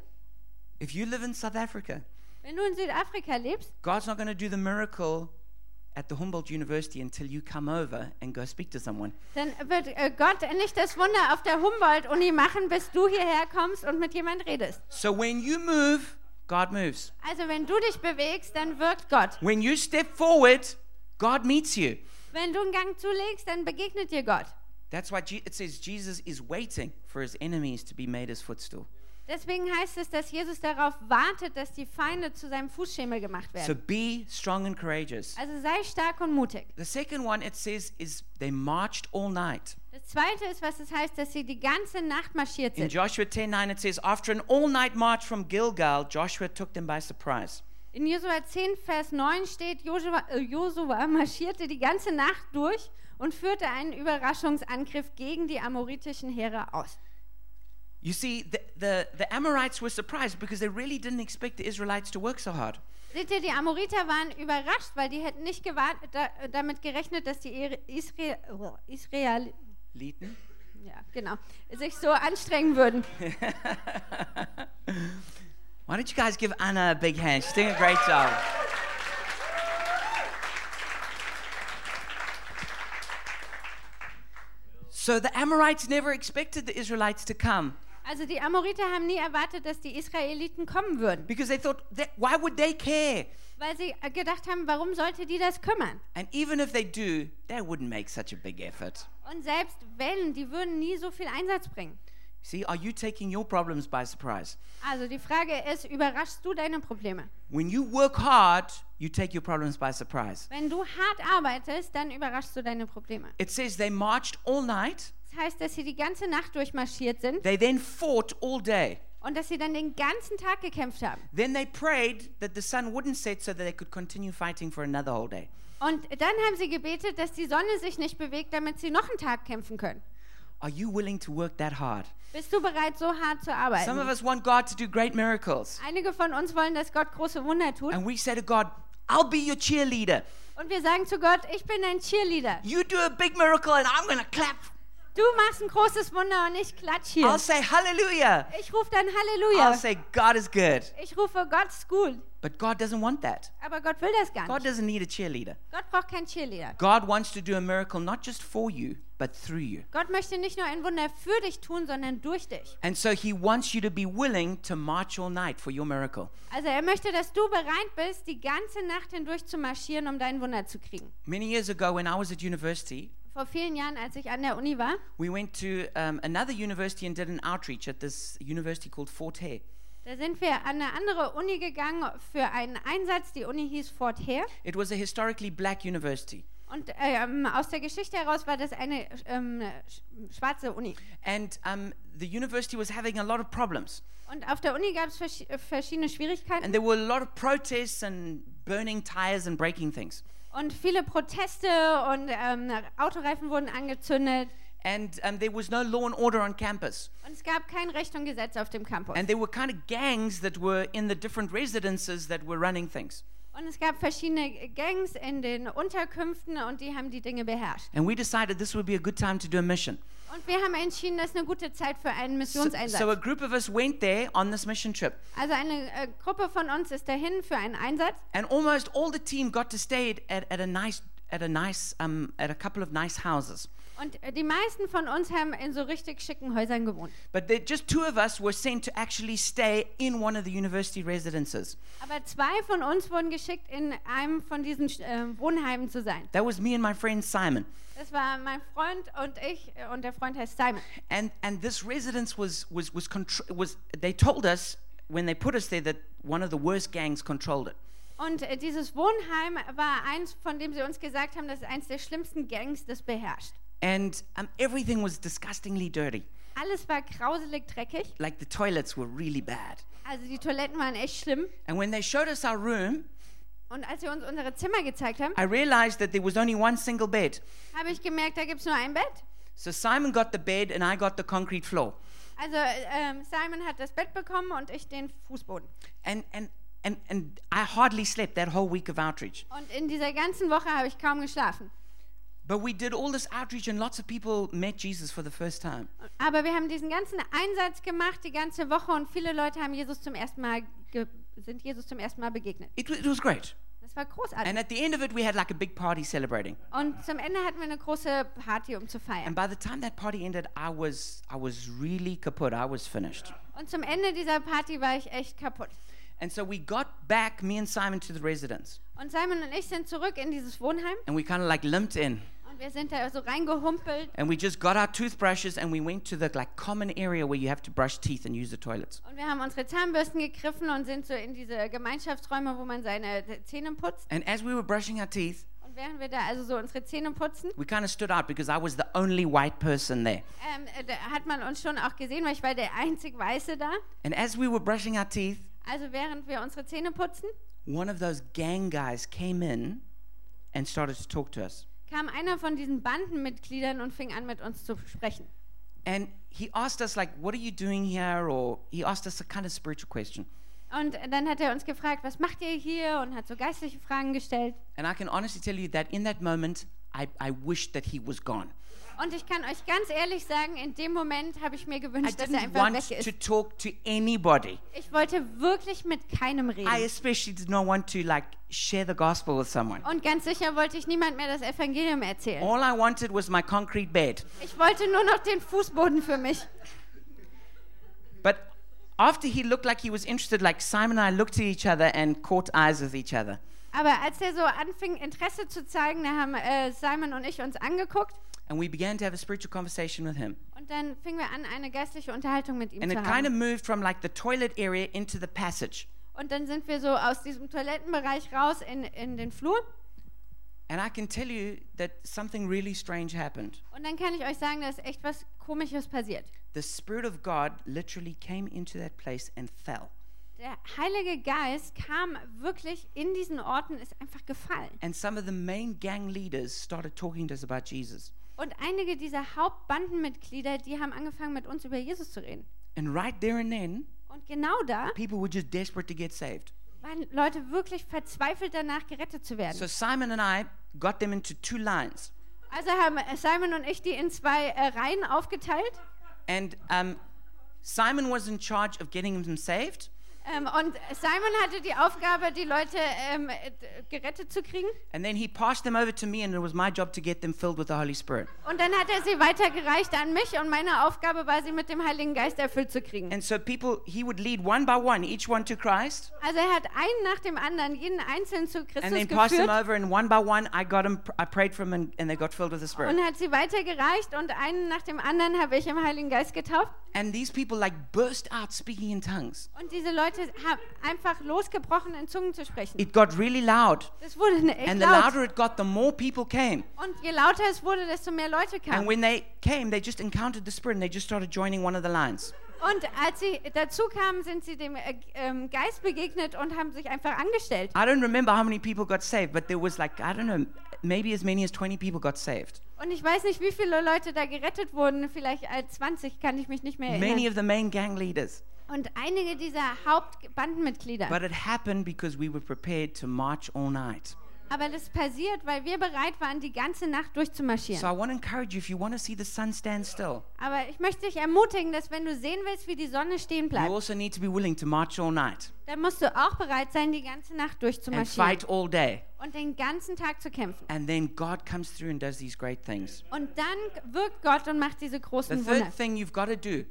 Speaker 1: If you live in South Africa,
Speaker 2: Wenn du in Südafrika lebst,
Speaker 1: God's not going to do the miracle at the Humboldt University until you come over and go speak to someone.
Speaker 2: dann wird äh, Gott nicht das Wunder auf der Humboldt-Uni machen, bis du hierher kommst und mit jemand redest.
Speaker 1: So when you move, God moves.
Speaker 2: Also wenn du dich bewegst, dann wirkt Gott.
Speaker 1: When you step forward, God meets you.
Speaker 2: Wenn du einen Gang zulegst, dann begegnet dir Gott.
Speaker 1: That's why Je- it says Jesus is waiting for his enemies to be made his footstool.
Speaker 2: Deswegen heißt es, dass Jesus darauf wartet, dass die Feinde zu seinem Fußschemel gemacht
Speaker 1: So
Speaker 2: werden.
Speaker 1: be strong and courageous.
Speaker 2: Also sei stark und mutig.
Speaker 1: The second one it says is they marched all night.
Speaker 2: Das Zweite ist, was es heißt, dass sie die ganze Nacht marschiert
Speaker 1: In
Speaker 2: sind.
Speaker 1: Joshua 10:9 it says after an all-night march from Gilgal, Joshua took them by surprise.
Speaker 2: In Josua 10, Vers 9 steht, Josua, äh, Josua marschierte die ganze Nacht durch und führte einen Überraschungsangriff gegen die amoritischen Heere aus.
Speaker 1: You see, the, the, the Amorites were surprised because they really didn't expect the Israelites to work so hard.
Speaker 2: Seht ihr, die Amoriter waren überrascht, weil die hätten nicht gewart, da, äh, damit gerechnet, dass die Ehre- Isra Israel,
Speaker 1: Leeton.
Speaker 2: ja, genau, sich so anstrengen würden.
Speaker 1: Why don't you guys give Anna a big hand? She's doing a great job. So the Amorites never expected the Israelites to come
Speaker 2: Also die Amoriter haben nie erwartet, dass die Israeliten kommen würden,
Speaker 1: because they thought, that, why would they care?
Speaker 2: weil sie äh, gedacht haben, warum sollte die das kümmern?
Speaker 1: And even if they do, they wouldn't make such a big effort.
Speaker 2: Und selbst wenn, die würden nie so viel Einsatz bringen.
Speaker 1: See, are you taking your problems by surprise?
Speaker 2: Also die Frage ist, überraschst du deine Probleme?
Speaker 1: When you work hard, you take your problems by surprise.
Speaker 2: Wenn du hart arbeitest, dann überraschst du deine Probleme.
Speaker 1: It says they marched all night,
Speaker 2: Das heißt, dass sie die ganze Nacht durchmarschiert sind
Speaker 1: they then fought all day.
Speaker 2: und dass sie dann den ganzen Tag gekämpft haben.
Speaker 1: Then they prayed that the sun wouldn't set so that they could continue fighting for another whole day.
Speaker 2: Und dann haben sie gebetet, dass die Sonne sich nicht bewegt, damit sie noch einen Tag kämpfen können.
Speaker 1: Are you willing to work that hard?
Speaker 2: Bist du bereit, so hart zu
Speaker 1: Some of
Speaker 2: arbeiten?
Speaker 1: us want God to do great miracles.
Speaker 2: Einige von uns wollen, dass Gott große Wunder tut.
Speaker 1: And we say to God, I'll be your cheerleader.
Speaker 2: Und wir sagen zu Gott, ich bin ein Cheerleader.
Speaker 1: You do a big miracle and I'm going to clap.
Speaker 2: Du machst ein großes Wunder und ich klatsch hier.
Speaker 1: I'll say hallelujah.
Speaker 2: Ich rufe dann
Speaker 1: I'll
Speaker 2: Halleluja.
Speaker 1: say God is good.
Speaker 2: Ich rufe Gott ist gut.
Speaker 1: But God doesn't want that.
Speaker 2: Aber Gott will das gar
Speaker 1: God
Speaker 2: nicht.
Speaker 1: doesn't need a cheerleader.
Speaker 2: Gott braucht keinen Cheerleader.
Speaker 1: God wants to do a miracle not just for you, but through you.
Speaker 2: Gott möchte nicht nur ein Wunder für dich tun, sondern durch dich.
Speaker 1: And so he wants you to be willing to march all night for your miracle.
Speaker 2: Also er möchte, dass du bereit bist, die ganze Nacht hindurch zu marschieren, um dein Wunder zu kriegen.
Speaker 1: Many years ago, when I was at university,
Speaker 2: Vor vielen Jahren, als ich an der Uni war,
Speaker 1: we went to um, another university and did an outreach at this university called Fort Hare.
Speaker 2: da sind wir an eine andere Uni gegangen für einen Einsatz. Die Uni hieß Fort Hare.
Speaker 1: It was a historically black university.
Speaker 2: Und ähm, aus der Geschichte heraus war das eine ähm, sch schwarze Uni.
Speaker 1: And um, the university was having a lot of problems.
Speaker 2: Und auf der Uni gab es vers äh, verschiedene Schwierigkeiten
Speaker 1: And there were a lot of protests and burning tires and breaking things.
Speaker 2: und viele Proteste und ähm, Autoreifen wurden angezündet.
Speaker 1: And um, there was no law and order on campus.
Speaker 2: Und es gab kein Recht und Gesetz auf dem Campus.
Speaker 1: And there were kind of gangs that were in the different residences that were running things.
Speaker 2: Und es gab verschiedene Gangs in den Unterkünften und die haben die Dinge beherrscht.
Speaker 1: And we decided this would be a good time to do a mission.
Speaker 2: Und wir haben entschieden, das ist eine gute Zeit für einen
Speaker 1: So,
Speaker 2: Missionseinsatz.
Speaker 1: so a group of us went there on this mission trip.
Speaker 2: also eine äh, Gruppe von uns ist dahin für einen Einsatz
Speaker 1: And almost all the team got to stay at- at, at a nice at a nice um, at a couple of nice houses.
Speaker 2: und äh, die meisten von uns haben in so richtig schicken Häusern gewohnt.
Speaker 1: But there, just two of us were sent to actually stay in one of the university residences.
Speaker 2: Aber zwei von uns wurden geschickt, in einem von diesen äh, Wohnheimen zu sein.
Speaker 1: That was me and my friend Simon.
Speaker 2: Das war mein Freund und ich äh, und der Freund heißt Simon.
Speaker 1: And and this residence was was was contr- was they told us when they put us there that one of the worst gangs controlled it.
Speaker 2: Und äh, dieses Wohnheim war eins, von dem sie uns gesagt haben, das ist eins der schlimmsten Gangs, das beherrscht.
Speaker 1: And um, everything was disgustingly dirty.
Speaker 2: Alles war grauselig dreckig.
Speaker 1: Like the toilets were really bad.
Speaker 2: Also die Toiletten waren echt schlimm.
Speaker 1: And when they showed us our room,
Speaker 2: Und als sie uns unsere Zimmer gezeigt haben,
Speaker 1: I realized that there was only one single bed.
Speaker 2: habe ich gemerkt, da gibt es nur ein Bett.
Speaker 1: So Simon got the bed and I got the concrete floor.
Speaker 2: Also äh, ähm, Simon hat das Bett bekommen und ich den Fußboden.
Speaker 1: And and and and I hardly slept that whole week of outreach.
Speaker 2: Und in dieser ganzen Woche habe ich kaum geschlafen.
Speaker 1: But we did all this outreach and lots of people met Jesus for the first time.
Speaker 2: Aber wir haben diesen ganzen Einsatz gemacht die ganze Woche und viele Leute haben Jesus zum ersten Mal ge sind Jesus zum ersten Mal begegnet.
Speaker 1: It, wa- it was great.
Speaker 2: Das war großartig.
Speaker 1: And at the end of it we had like a big party celebrating.
Speaker 2: Und zum Ende hatten wir eine große Party, um zu
Speaker 1: And
Speaker 2: feiern.
Speaker 1: by the time that party ended I was I was really kaput. I was finished.
Speaker 2: Und zum Ende dieser Party war ich echt kaputt.
Speaker 1: And so we got back me and Simon to the residence.
Speaker 2: Und Simon und ich sind zurück in dieses Wohnheim
Speaker 1: and we kind of like limped in
Speaker 2: und wir sind da so reingehumpelt
Speaker 1: and we just got our toothbrushes and we went to the like common area where you have to brush teeth and use the toilets
Speaker 2: und wir haben unsere Zahnbürsten gegriffen und sind so in diese Gemeinschaftsräume, wo man seine T- Zähne putzt.
Speaker 1: and as we were brushing our teeth
Speaker 2: Und während wir da also so unsere Zähne putzen,
Speaker 1: we kind of stood out because i was the only white person there
Speaker 2: ähm, äh, da hat man uns schon auch gesehen, weil ich war der einzig Weiße da.
Speaker 1: and as we were brushing our teeth
Speaker 2: Also während wir unsere Zähne putzen,
Speaker 1: one of those gang guys came in and started to talk to us
Speaker 2: kam einer von diesen Bandenmitgliedern und fing an, mit uns zu sprechen.
Speaker 1: and he asked us like what are you doing here or he asked us a kind of spiritual question
Speaker 2: Und dann hat er uns gefragt, was macht ihr hier? Und hat so geistliche Fragen gestellt.
Speaker 1: and i can honestly tell you that in that moment i, I wished that he was gone
Speaker 2: Und ich kann euch ganz ehrlich sagen, in dem Moment habe ich mir
Speaker 1: i
Speaker 2: gewünscht, dass er
Speaker 1: didn't
Speaker 2: einfach
Speaker 1: want
Speaker 2: weg
Speaker 1: to
Speaker 2: ist.
Speaker 1: talk to anybody
Speaker 2: Ich wollte wirklich mit keinem
Speaker 1: I
Speaker 2: reden.
Speaker 1: especially did not want to like share the gospel with someone.
Speaker 2: Und ganz sicher wollte ich niemand mehr das Evangelium erzählen.
Speaker 1: All I wanted was my concrete bed.
Speaker 2: Ich wollte nur noch den Fußboden für mich.
Speaker 1: But After he looked like he was interested, like Simon and I looked at each other and caught eyes with each other.
Speaker 2: Aber als er so anfing, Interesse zu zeigen, da haben äh, Simon und ich uns angeguckt
Speaker 1: And we began to have a spiritual conversation with him.
Speaker 2: und dann fingen wir an, eine geistliche Unterhaltung mit ihm
Speaker 1: And
Speaker 2: zu
Speaker 1: it
Speaker 2: haben.
Speaker 1: kind of moved from like the toilet area into the passage.
Speaker 2: Und dann sind wir so aus diesem Toilettenbereich raus in, in den Flur.
Speaker 1: And I can tell you that something really strange happened.
Speaker 2: Und dann kann ich euch sagen, da ist echt was Komisches passiert.
Speaker 1: The Spirit of God literally came into that place and fell.
Speaker 2: Der Heilige Geist kam wirklich in diesen Orten, ist einfach gefallen.
Speaker 1: And some of the main gang leaders started talking to us about Jesus.
Speaker 2: Und einige dieser Hauptbandenmitglieder, die haben angefangen, mit uns über Jesus zu reden.
Speaker 1: And right there and then,
Speaker 2: Und genau da
Speaker 1: people were just desperate to get saved.
Speaker 2: waren Leute wirklich verzweifelt danach, gerettet zu werden.
Speaker 1: So Simon and I got them into two lines.
Speaker 2: Also haben Simon und ich die in zwei äh, Reihen aufgeteilt.
Speaker 1: And um, Simon was in charge of getting them saved.
Speaker 2: Ähm, und Simon hatte die Aufgabe, die Leute ähm, äh, gerettet zu kriegen.
Speaker 1: And then he passed them over to me, and it was my job to get them filled with the Holy Spirit.
Speaker 2: Und dann hat er sie weitergereicht an mich und meine Aufgabe war, sie mit dem Heiligen Geist erfüllt zu kriegen.
Speaker 1: And so people, he would lead one by one, each one to Christ,
Speaker 2: Also er hat einen nach dem anderen, jeden einzelnen zu
Speaker 1: and then
Speaker 2: Christus
Speaker 1: pass them
Speaker 2: geführt
Speaker 1: over. And one by one, I got them, I prayed for them, and, and they got filled with the Spirit.
Speaker 2: und hat sie weitergereicht und einen nach dem anderen habe ich im Heiligen Geist getauft.
Speaker 1: And these people like burst out speaking in tongues.
Speaker 2: Und diese Leute haben einfach losgebrochen, in Zungen zu sprechen.
Speaker 1: It got really loud.
Speaker 2: Das wurde eine echt
Speaker 1: And the
Speaker 2: laut.
Speaker 1: louder it got, the more people came.
Speaker 2: Und je lauter es wurde, desto mehr Leute
Speaker 1: And
Speaker 2: kamen.
Speaker 1: when they came, they just encountered the Spirit and they just started joining one of the lines.
Speaker 2: Und als sie dazu kamen, sind sie dem äh, ähm, Geist begegnet und haben sich einfach angestellt.
Speaker 1: I don't remember how many people got saved, but there was like, I don't know, maybe as many as 20 people got saved.
Speaker 2: Und ich weiß nicht, wie viele Leute da gerettet wurden. Vielleicht äh, 20, kann ich mich nicht mehr erinnern.
Speaker 1: Many of the main gang leaders.
Speaker 2: Und einige dieser Hauptbandenmitglieder.
Speaker 1: But it happened because we were prepared to march all night.
Speaker 2: Aber das passiert, weil wir bereit waren, die ganze Nacht durchzumarschieren.
Speaker 1: So I want to encourage you if you want to see the sun stand still,
Speaker 2: Aber ich möchte dich ermutigen, dass wenn du sehen willst, wie die Sonne stehen
Speaker 1: you
Speaker 2: bleibt,
Speaker 1: also need to be willing to march all night
Speaker 2: dann musst du auch bereit sein, die ganze Nacht
Speaker 1: and
Speaker 2: durchzumarschieren
Speaker 1: fight all day.
Speaker 2: und den ganzen Tag zu kämpfen.
Speaker 1: And then God comes through and does these great things.
Speaker 2: Und dann wirkt Gott und macht diese
Speaker 1: The
Speaker 2: großen Wunder.
Speaker 1: third thing you've got to do,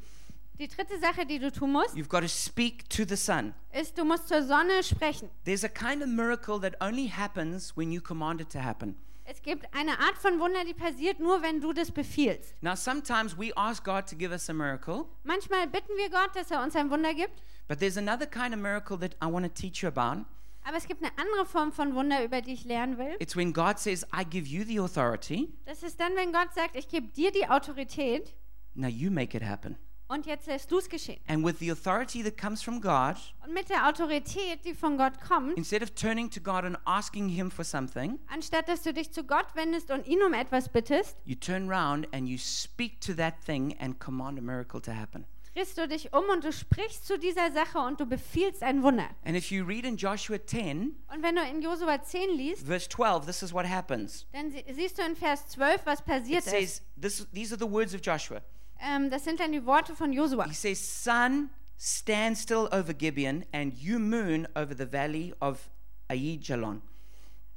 Speaker 2: Die dritte Sache, die du tun musst,
Speaker 1: you've got to speak to the sun.
Speaker 2: ist, du musst zur Sonne sprechen.
Speaker 1: There's a kind of miracle that only happens when you command it to happen.
Speaker 2: Es gibt eine Art von Wunder, die passiert nur, wenn du das befiehlst.
Speaker 1: Now, sometimes we ask God to give us a miracle,
Speaker 2: Manchmal bitten wir Gott, dass er uns ein Wunder gibt,
Speaker 1: but there's another kind of miracle that I want to teach you about.
Speaker 2: aber es gibt eine andere Form von Wunder, über die ich lernen will.
Speaker 1: It's when God says, I give you the authority,
Speaker 2: Das ist dann, wenn Gott sagt, ich gebe dir die Autorität
Speaker 1: now you make it happen.
Speaker 2: und jetzt lässt du es geschehen.
Speaker 1: And with the authority that comes from God,
Speaker 2: Und mit der Autorität, die von Gott kommt,
Speaker 1: instead of turning to God and asking Him for something,
Speaker 2: anstatt dass du dich zu Gott wendest und ihn um etwas bittest,
Speaker 1: you turn round and you speak to that thing and command a miracle to happen.
Speaker 2: drehst du dich um und du sprichst zu dieser Sache und du befiehlst ein Wunder.
Speaker 1: And if you read in Joshua 10,
Speaker 2: Und wenn du in Josua 10 liest,
Speaker 1: verse 12, this is what happens.
Speaker 2: dann sie siehst du in Vers 12, was
Speaker 1: It
Speaker 2: passiert ist.
Speaker 1: says, this, These are the words of Joshua.
Speaker 2: Ähm, das sind dann die Worte von Josua.
Speaker 1: He says, Sun, stand still over Gibeon, and you moon over the valley of Aijalon.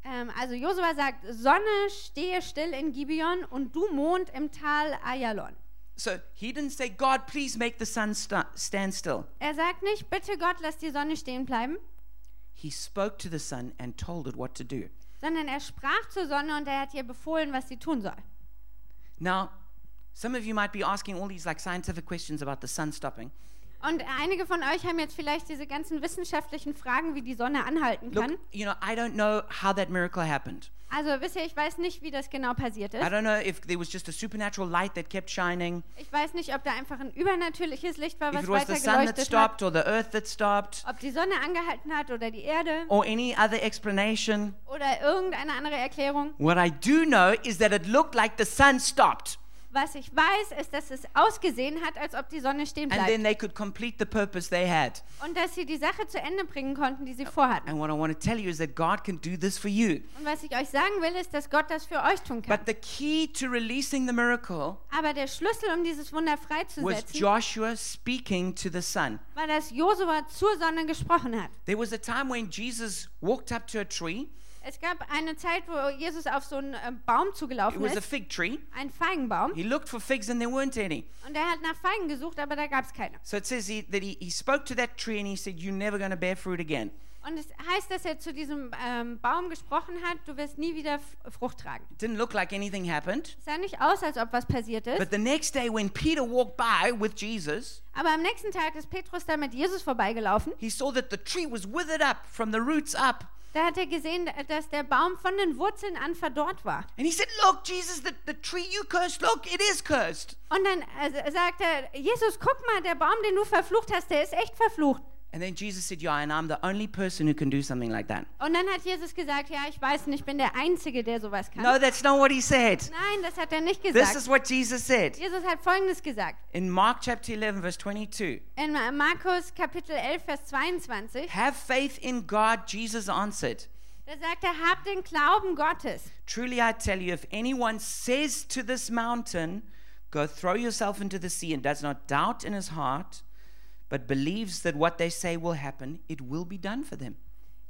Speaker 2: Ähm, also Josua sagt, Sonne stehe still in Gibeon und du Mond im Tal Ayalon.
Speaker 1: So he didn't say, God, please make the sun sta- stand still.
Speaker 2: Er sagt nicht, bitte Gott, lass die Sonne stehen bleiben,
Speaker 1: He spoke to the sun and told it what to do.
Speaker 2: sondern er sprach zur Sonne und er hat ihr befohlen, was sie tun soll.
Speaker 1: Now, some of you might be asking all these like scientific questions about the sun stopping.
Speaker 2: Und einige von euch haben jetzt vielleicht diese ganzen wissenschaftlichen Fragen, wie die Sonne anhalten
Speaker 1: Look,
Speaker 2: kann.
Speaker 1: you know, I don't know how that miracle happened.
Speaker 2: Also wisst ihr, ich weiß nicht, wie das genau passiert
Speaker 1: I
Speaker 2: ist.
Speaker 1: don't know if there was just a supernatural light that kept shining,
Speaker 2: Ich weiß nicht, ob da einfach ein übernatürliches Licht war,
Speaker 1: if
Speaker 2: was
Speaker 1: it was the
Speaker 2: weiter
Speaker 1: sun that
Speaker 2: geleuchtet hat,
Speaker 1: stopped or the earth that stopped,
Speaker 2: ob die Sonne angehalten hat oder die Erde
Speaker 1: or any other explanation.
Speaker 2: oder irgendeine andere Erklärung.
Speaker 1: What I do know is that it looked like the sun stopped,
Speaker 2: Was ich weiß, ist, dass es ausgesehen hat, als ob die Sonne stehen
Speaker 1: and then
Speaker 2: bleibt
Speaker 1: they could complete the purpose they had.
Speaker 2: und dass sie die Sache zu Ende bringen konnten, die sie vorhatten.
Speaker 1: And what I want to tell you is that God can do this for you.
Speaker 2: Und was ich euch sagen will, ist, dass Gott das für euch tun kann.
Speaker 1: But the key to releasing the miracle
Speaker 2: Aber der Schlüssel, um dieses Wunder
Speaker 1: was
Speaker 2: freizusetzen,
Speaker 1: Joshua speaking to the sun.
Speaker 2: war, dass Josua zur Sonne gesprochen hat.
Speaker 1: There was a time when Jesus walked up to a tree
Speaker 2: Es gab eine Zeit, wo Jesus auf so einen äh, Baum
Speaker 1: It
Speaker 2: zugelaufen
Speaker 1: was a
Speaker 2: ist,
Speaker 1: fig tree.
Speaker 2: ein Feigenbaum,
Speaker 1: He looked for figs and there weren't any.
Speaker 2: und er hat nach Feigen gesucht, aber da gab es keine.
Speaker 1: So it says he, that he, he spoke to that tree and he said, You're never going to bear fruit again.
Speaker 2: Und es heißt, dass er zu diesem ähm, Baum gesprochen hat, du wirst nie wieder F- Frucht tragen.
Speaker 1: It didn't look like anything happened.
Speaker 2: Es sah nicht aus, als ob was passiert ist,
Speaker 1: But the next day, when Peter walked by with Jesus,
Speaker 2: aber am nächsten Tag ist Petrus da mit Jesus vorbeigelaufen.
Speaker 1: he saw that the tree was withered up from the roots up.
Speaker 2: Da hat er gesehen, dass der Baum von den Wurzeln an verdorrt war.
Speaker 1: And he said, Look, Jesus, the, the tree you cursed, look, it is cursed.
Speaker 2: Und dann äh, sagt er, Jesus, guck mal, der Baum, den du verflucht hast, der ist echt verflucht.
Speaker 1: And then Jesus said, Yeah, and I'm the only person who can do something like that.
Speaker 2: Und dann hat Jesus gesagt, ja, ich weiß nicht, ich bin der Einzige, der sowas kann.
Speaker 1: No, that's not what he said.
Speaker 2: Nein, das hat er nicht
Speaker 1: This
Speaker 2: gesagt.
Speaker 1: is what Jesus said.
Speaker 2: Jesus hat Folgendes gesagt.
Speaker 1: In Mark chapter 11, verse 22,
Speaker 2: In Markus Kapitel 11, Vers 22,
Speaker 1: have faith in God, Jesus answered.
Speaker 2: da sagt er, habt den Glauben Gottes.
Speaker 1: Truly I tell you, if anyone says to this mountain, Go throw yourself into the sea, and does not doubt in his heart, but believes that what they say will happen, it will be done for them.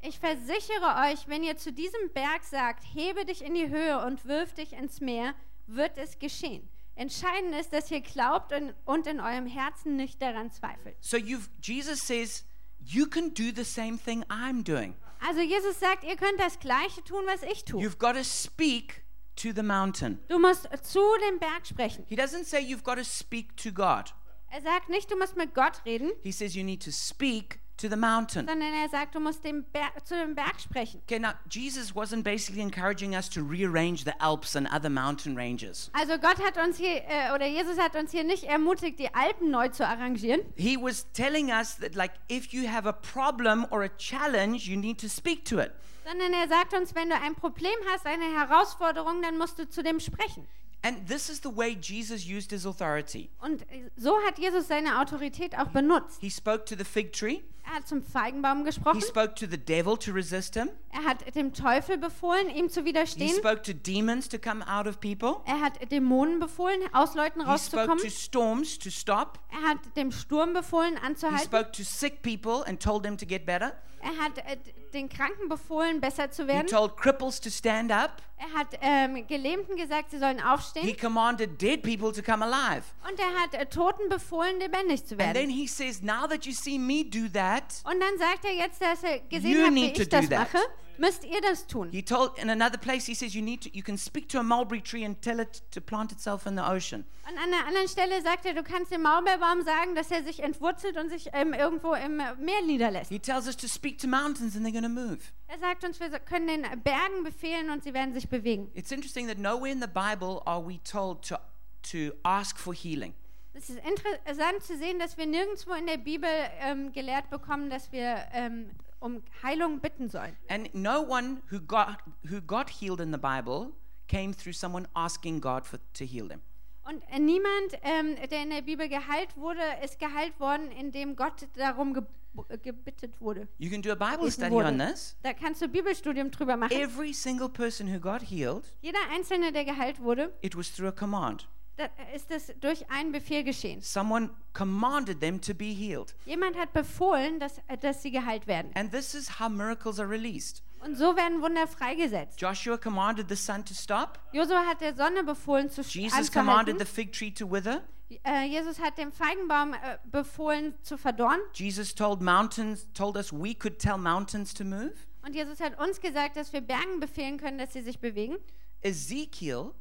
Speaker 2: Ich versichere euch, wenn ihr zu diesem Berg sagt, hebe dich in die Höhe und wirf dich ins Meer, wird es geschehen. Entscheidend ist, dass ihr glaubt und, und in eurem Herzen nicht daran zweifelt.
Speaker 1: So you've, Jesus says, You can do the same thing I'm doing.
Speaker 2: Also Jesus sagt, ihr könnt das Gleiche tun, was ich tue.
Speaker 1: You've got to speak to the mountain.
Speaker 2: Du musst zu dem Berg sprechen.
Speaker 1: He doesn't say you've got to speak to God,
Speaker 2: Er sagt nicht, du musst mit Gott reden,
Speaker 1: He says you need to speak to the mountain.
Speaker 2: sondern er sagt, du musst dem Ber zu dem Berg sprechen.
Speaker 1: Okay, now Jesus wasn't basically encouraging us to rearrange the Alps and other mountain ranges.
Speaker 2: Also Gott hat uns hier, äh, oder Jesus hat uns hier nicht ermutigt, die Alpen neu zu arrangieren,
Speaker 1: He was telling us that, like, if you have a problem or a challenge, you need to speak to it.
Speaker 2: sondern er sagt uns, wenn du ein Problem hast, eine Herausforderung, dann musst du zu dem sprechen.
Speaker 1: And this is the way Jesus used his authority.
Speaker 2: Und äh, so hat Jesus seine Autorität auch benutzt.
Speaker 1: He spoke to the fig tree,
Speaker 2: Er hat zum Feigenbaum
Speaker 1: he
Speaker 2: gesprochen,
Speaker 1: spoke to the devil to resist him,
Speaker 2: er hat dem Teufel befohlen, ihm zu
Speaker 1: he
Speaker 2: widerstehen,
Speaker 1: spoke to demons to come out of people,
Speaker 2: er hat Dämonen befohlen, aus Leuten
Speaker 1: he spoke
Speaker 2: rauszukommen,
Speaker 1: to storms to stop,
Speaker 2: er hat dem Sturm befohlen,
Speaker 1: he
Speaker 2: anzuhalten,
Speaker 1: spoke to sick people and told them to get better,
Speaker 2: er hat äh, den Kranken befohlen, besser zu
Speaker 1: he
Speaker 2: werden,
Speaker 1: told cripples to stand up,
Speaker 2: er hat ähm, Gelähmten gesagt, sie sollen aufstehen.
Speaker 1: he commanded dead people to come alive.
Speaker 2: Und er hat äh, Toten befohlen, lebendig zu
Speaker 1: And then
Speaker 2: werden.
Speaker 1: he says, Now that you see me do that,
Speaker 2: Und dann sagt er jetzt, dass er gesehen
Speaker 1: You
Speaker 2: hat, wie
Speaker 1: need
Speaker 2: ich
Speaker 1: to do
Speaker 2: das
Speaker 1: that.
Speaker 2: mache, müsst ihr das tun.
Speaker 1: He told in another place. He says you need to. You can speak to a mulberry tree and tell it to plant itself in the ocean.
Speaker 2: Und an einer anderen Stelle sagt er, du kannst dem Maulbeerbaum sagen, dass er sich entwurzelt und sich ähm, irgendwo im äh, Meer niederlässt.
Speaker 1: He tells us to speak to mountains and they're going to move.
Speaker 2: Er sagt uns, wir so- können den Bergen befehlen und sie werden sich bewegen.
Speaker 1: It's interesting that nowhere in the Bible are we told to to ask for healing.
Speaker 2: Es ist interessant zu sehen, dass wir nirgendwo in der Bibel ähm, gelehrt bekommen, dass wir ähm, um Heilung bitten sollen.
Speaker 1: And no one who got who got healed in the Bible came through someone asking God for, to heal them.
Speaker 2: Und äh, niemand, ähm, der in der Bibel geheilt wurde, ist geheilt worden, indem Gott darum ge äh, gebittet wurde.
Speaker 1: You can do a Bible
Speaker 2: Gebeten
Speaker 1: study
Speaker 2: wurde.
Speaker 1: on this.
Speaker 2: Da kannst du Bibelstudium drüber machen.
Speaker 1: Every single person who got healed,
Speaker 2: Jeder Einzelne, der geheilt wurde,
Speaker 1: it was through a command.
Speaker 2: da ist das durch einen Befehl geschehen.
Speaker 1: Someone commanded them to be healed.
Speaker 2: Jemand hat befohlen, dass, äh, dass sie geheilt werden.
Speaker 1: And this is how miracles are released.
Speaker 2: Und so werden Wunder freigesetzt.
Speaker 1: Joshua commanded the sun to stop.
Speaker 2: Josua hat der Sonne befohlen zu sch-
Speaker 1: Jesus commanded the
Speaker 2: anzuhalten.
Speaker 1: fig tree to wither.
Speaker 2: Äh, Jesus hat dem Feigenbaum äh, befohlen zu verdorren.
Speaker 1: Jesus told mountains, told us we could tell mountains to move.
Speaker 2: Und Jesus hat uns gesagt, dass wir Bergen befehlen können, dass sie sich bewegen.
Speaker 1: Ezekiel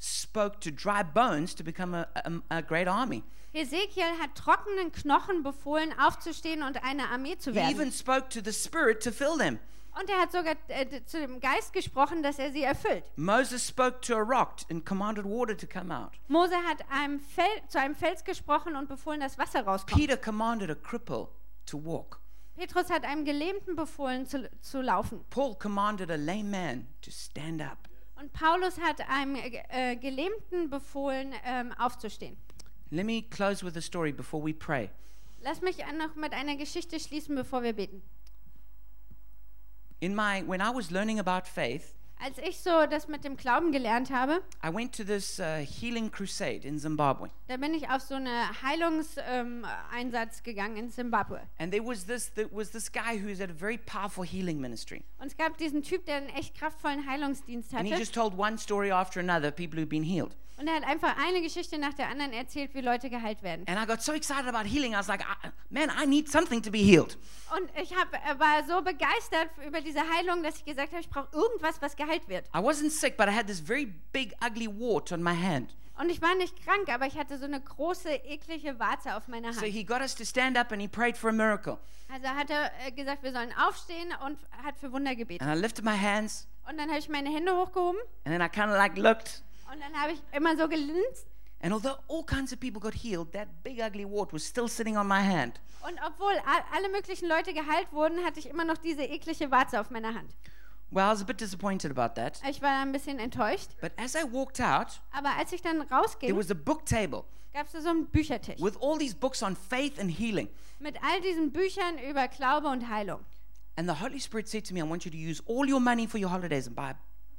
Speaker 1: spoke to dry bones to become a, a, a great army.
Speaker 2: Hesekiel hat trockenen Knochen befohlen, aufzustehen und eine Armee zu
Speaker 1: He
Speaker 2: werden.
Speaker 1: even spoke to the spirit to fill them.
Speaker 2: Und er hat sogar äh, d- zu dem Geist gesprochen, dass er sie erfüllt.
Speaker 1: Moses spoke to a rock and commanded water to come out.
Speaker 2: Mose hat einem Fel zu einem Fels gesprochen und befohlen, dass Wasser rauskommt.
Speaker 1: Peter commanded a cripple to walk.
Speaker 2: Petrus hat einem Gelähmten befohlen, zu, zu laufen.
Speaker 1: Paul commanded a lame man to stand up.
Speaker 2: Und Paulus hat einem äh, äh, Gelähmten befohlen, ähm, aufzustehen.
Speaker 1: Let me close with a story before we pray.
Speaker 2: Lass mich an- noch mit einer Geschichte schließen, bevor wir beten.
Speaker 1: In my when I was learning about faith,
Speaker 2: Als ich so das mit dem Glauben gelernt habe,
Speaker 1: I went to this uh, healing crusade in Zimbabwe,
Speaker 2: da bin ich auf so eine Heilungseinsatz gegangen in Simbabwe.
Speaker 1: and there was this there was this guy who had a very powerful healing ministry,
Speaker 2: Und es gab diesen Typ, der einen echt kraftvollen Heilungsdienst
Speaker 1: and he
Speaker 2: hatte.
Speaker 1: just told one story after another, people who've been healed.
Speaker 2: Und er hat einfach eine Geschichte nach der anderen erzählt, wie Leute geheilt werden.
Speaker 1: And I got so excited about healing, I was like, I, man, I need something to be healed.
Speaker 2: Und ich hab, äh, war so begeistert über diese Heilung, dass ich gesagt habe, ich brauche irgendwas, was geheilt wird.
Speaker 1: I wasn't sick, but I had this very big, ugly wart on my hand.
Speaker 2: Und ich war nicht krank, aber ich hatte so eine große, eklige Warze auf meiner
Speaker 1: So
Speaker 2: Hand.
Speaker 1: he got us to stand up and he prayed for a miracle.
Speaker 2: Also hat er äh, gesagt, wir sollen aufstehen und hat für Wunder gebetet.
Speaker 1: And I lifted my hands
Speaker 2: Und dann habe ich meine Hände hochgehoben
Speaker 1: and then I kind of like looked.
Speaker 2: und dann habe ich immer so gelinst.
Speaker 1: And although all kinds of people got healed, that big, ugly wart was still sitting on my hand.
Speaker 2: Und obwohl a- alle möglichen Leute geheilt wurden, hatte ich immer noch diese eklige Warze auf meiner Hand.
Speaker 1: Well, I was a bit disappointed about that.
Speaker 2: Ich war ein bisschen enttäuscht.
Speaker 1: But as I walked out,
Speaker 2: Aber als ich dann
Speaker 1: there
Speaker 2: rausging,
Speaker 1: was a book table
Speaker 2: gab es so einen Büchertisch
Speaker 1: with all these books on faith and healing.
Speaker 2: mit all diesen Büchern über Glaube und Heilung.
Speaker 1: And the Holy Spirit said to me, I want you to use all your money for your holidays and buy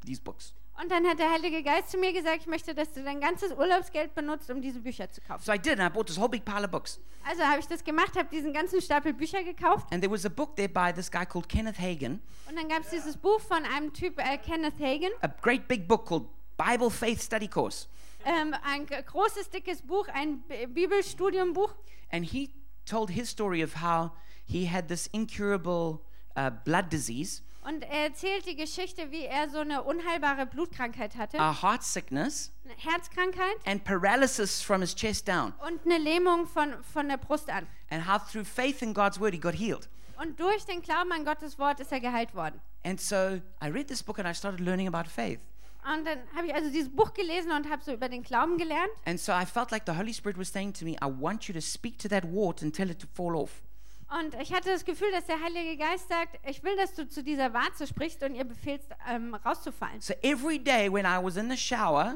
Speaker 1: these books.
Speaker 2: Und dann hat der Heilige Geist zu mir gesagt, ich möchte, dass du dein ganzes Urlaubsgeld benutzt, um diese Bücher zu kaufen.
Speaker 1: So I did, and I bought this whole big pile of books.
Speaker 2: Also habe ich das gemacht, habe diesen ganzen Stapel Bücher gekauft
Speaker 1: And there was a book there by this guy called Kenneth Hagan,
Speaker 2: und dann gab es dieses Buch von einem Typ, äh, Kenneth Hagen,
Speaker 1: a great big book called Bible Faith Study Course.
Speaker 2: ähm, ein g- großes, dickes Buch, ein B- Bibelstudiumbuch.
Speaker 1: And he told his story of how he had this incurable uh, blood disease,
Speaker 2: Und er erzählt die Geschichte, wie er so eine unheilbare Blutkrankheit hatte,
Speaker 1: a heart sickness,
Speaker 2: eine Herzkrankheit
Speaker 1: and paralysis from his chest down,
Speaker 2: und eine Lähmung von, von der Brust an.
Speaker 1: and how through faith in God's word he got healed.
Speaker 2: Und durch den Glauben an Gottes Wort ist er geheilt worden.
Speaker 1: And so I read this book and I started learning about faith.
Speaker 2: Und dann habe ich also dieses Buch gelesen und habe so über den Glauben gelernt.
Speaker 1: And so I felt like the Holy Spirit was saying to me, I want you to speak to that wart and tell it to fall off.
Speaker 2: Und ich hatte das Gefühl, dass der Heilige Geist sagt, ich will, dass du zu dieser Warze sprichst und ihr befehlst, ähm, rauszufallen.
Speaker 1: So every day when I was in the shower,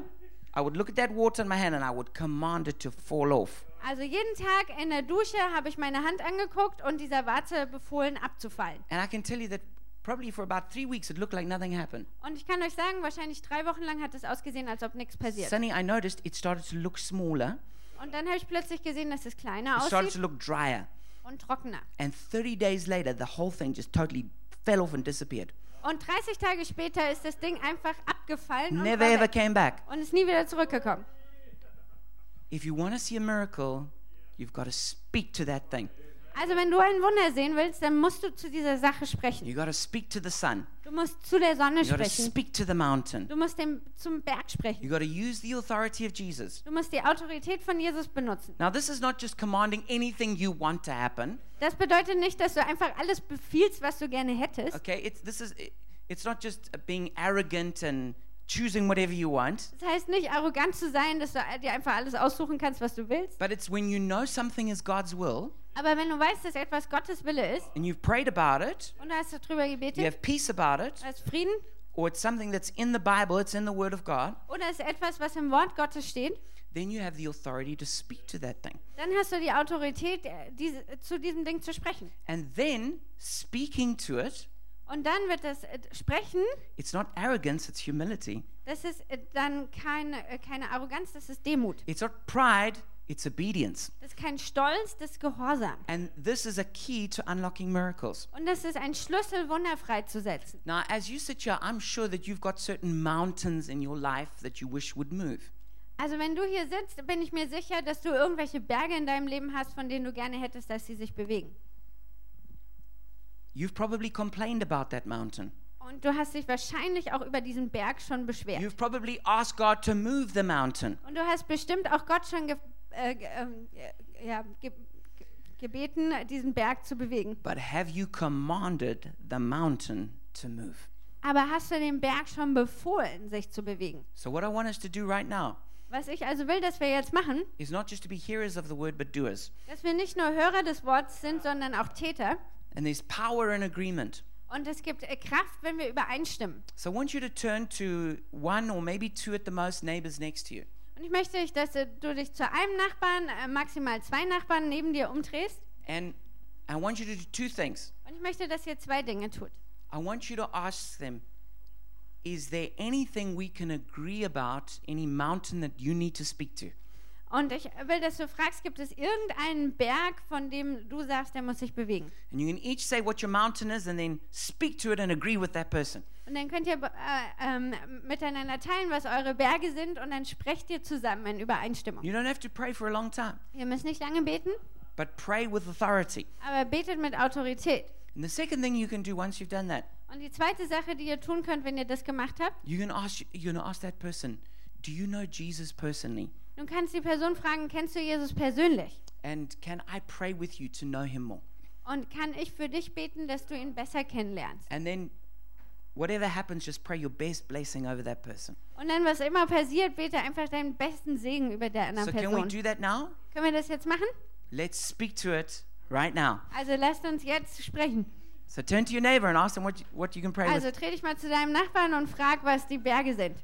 Speaker 1: I would look at that water in my hand and I would command it to fall off.
Speaker 2: Also jeden Tag in der Dusche habe ich meine Hand angeguckt und dieser Warze befohlen, abzufallen.
Speaker 1: And I can tell you that probably for about three weeks it looked like nothing happened.
Speaker 2: Und ich kann euch sagen, wahrscheinlich drei Wochen lang hat es ausgesehen, als ob nichts passiert.
Speaker 1: Suddenly I noticed it started to look smaller,
Speaker 2: Und dann habe ich plötzlich gesehen, dass es
Speaker 1: it
Speaker 2: kleiner
Speaker 1: started to
Speaker 2: aussieht
Speaker 1: look drier.
Speaker 2: und trockener.
Speaker 1: And 30 days later, the whole thing just totally fell off and disappeared.
Speaker 2: Und 30 Tage später ist das Ding einfach abgefallen und,
Speaker 1: Never
Speaker 2: war
Speaker 1: ever
Speaker 2: weg
Speaker 1: came back.
Speaker 2: und ist nie wieder zurückgekommen.
Speaker 1: If you want to see a miracle, you've got to speak to that thing.
Speaker 2: Also wenn du ein Wunder sehen willst, dann musst du zu dieser Sache sprechen.
Speaker 1: You've got to speak to the sun.
Speaker 2: Du musst zu der Sonne
Speaker 1: You've got to
Speaker 2: sprechen.
Speaker 1: speak to the mountain.
Speaker 2: Du musst dem, zum Berg sprechen.
Speaker 1: You've got to use the authority of Jesus.
Speaker 2: Du musst die Autorität von Jesus benutzen.
Speaker 1: Now, this is not just commanding anything you want to happen.
Speaker 2: Das bedeutet nicht, dass du einfach alles befiehlst, was du gerne hättest.
Speaker 1: Okay, it's this is it, it's not just being arrogant and choosing whatever you want,
Speaker 2: Das heißt nicht, arrogant zu sein, dass du dir einfach alles aussuchen kannst, was du willst.
Speaker 1: but it's when you know something is God's will
Speaker 2: Aber wenn du weißt, dass etwas Gottes Wille ist
Speaker 1: and you've prayed about it,
Speaker 2: und du hast darüber
Speaker 1: you
Speaker 2: gebetet,
Speaker 1: have peace about it,
Speaker 2: du hast Frieden
Speaker 1: or it's something that's in the Bible, it's in the Word of God,
Speaker 2: oder es ist etwas, was im Wort Gottes steht,
Speaker 1: then you have the authority to speak to that thing.
Speaker 2: dann hast du die Autorität, äh, diese, zu diesem Ding zu sprechen.
Speaker 1: And then speaking to it,
Speaker 2: Und dann wird das äh, Sprechen,
Speaker 1: it's not arrogance, it's humility.
Speaker 2: das ist äh, dann keine, äh, keine Arroganz, das ist Demut.
Speaker 1: It's not pride, it's obedience.
Speaker 2: Das ist kein Stolz, das ist Gehorsam.
Speaker 1: And this is a key to unlocking miracles.
Speaker 2: Und das ist ein Schlüssel, Wunder freizusetzen.
Speaker 1: Now, as you sit here, I'm sure that you've got certain mountains in your life that you wish would move.
Speaker 2: Also wenn du hier sitzt, bin ich mir sicher, dass du irgendwelche Berge in deinem Leben hast, von denen du gerne hättest, dass sie sich bewegen.
Speaker 1: You've probably complained about that mountain.
Speaker 2: Und du hast dich wahrscheinlich auch über diesen Berg schon beschwert.
Speaker 1: You've probably asked God to move the mountain.
Speaker 2: Und du hast bestimmt auch Gott schon ge äh, ge ähm, äh, ja, ge ge gebeten, diesen Berg zu bewegen.
Speaker 1: But have you commanded the mountain to move?
Speaker 2: Aber hast du dem Berg schon befohlen, sich zu bewegen?
Speaker 1: So, what I want us to do right now
Speaker 2: Was ich also will, dass wir jetzt machen,
Speaker 1: is not just to be hearers of the word, but doers.
Speaker 2: dass wir nicht nur Hörer des Wortes sind, sondern auch Täter.
Speaker 1: And there's power in agreement.
Speaker 2: Und es gibt äh, Kraft, wenn wir übereinstimmen.
Speaker 1: So, I want you to turn to one or maybe two at the most neighbors next to you.
Speaker 2: Und ich möchte, dich, dass du du dich zu einem Nachbarn, äh, maximal zwei Nachbarn neben dir umdrehst.
Speaker 1: And I want you to do two things.
Speaker 2: Und ich möchte, dass ihr zwei Dinge tut.
Speaker 1: I want you to ask them, Is there anything we can agree about, any mountain that you need to speak to?
Speaker 2: Und ich will, dass du fragst, gibt es irgendeinen Berg, von dem du sagst, der muss sich bewegen?
Speaker 1: And you can each say what your mountain is and then speak to it and agree with that person.
Speaker 2: Und dann könnt ihr äh, ähm, miteinander teilen, was eure Berge sind und dann sprecht ihr zusammen in Übereinstimmung.
Speaker 1: You don't have to pray for a long time,
Speaker 2: Ihr müsst nicht lange beten,
Speaker 1: but pray with authority.
Speaker 2: aber betet mit Autorität.
Speaker 1: And the second thing you can do once you've done that,
Speaker 2: Und die zweite Sache, die ihr tun könnt, wenn ihr das gemacht habt,
Speaker 1: you can ask you can ask that person, do you know Jesus personally?
Speaker 2: nun kannst die Person fragen, kennst du Jesus persönlich?
Speaker 1: And can I pray with you to know him more?
Speaker 2: Und kann ich für dich beten, dass du ihn besser kennenlernst?
Speaker 1: And then whatever happens, just pray your best blessing over that person.
Speaker 2: Und dann, was immer passiert, bete einfach deinen besten Segen über der anderen
Speaker 1: So can we
Speaker 2: Person.
Speaker 1: do that now?
Speaker 2: Können wir das jetzt machen?
Speaker 1: Let's speak to it right now.
Speaker 2: Also lasst uns jetzt sprechen.
Speaker 1: So turn to your neighbor and ask them what you, what you can pray with.
Speaker 2: Also dreh dich mal zu deinem Nachbarn und frag, was die Berge sind.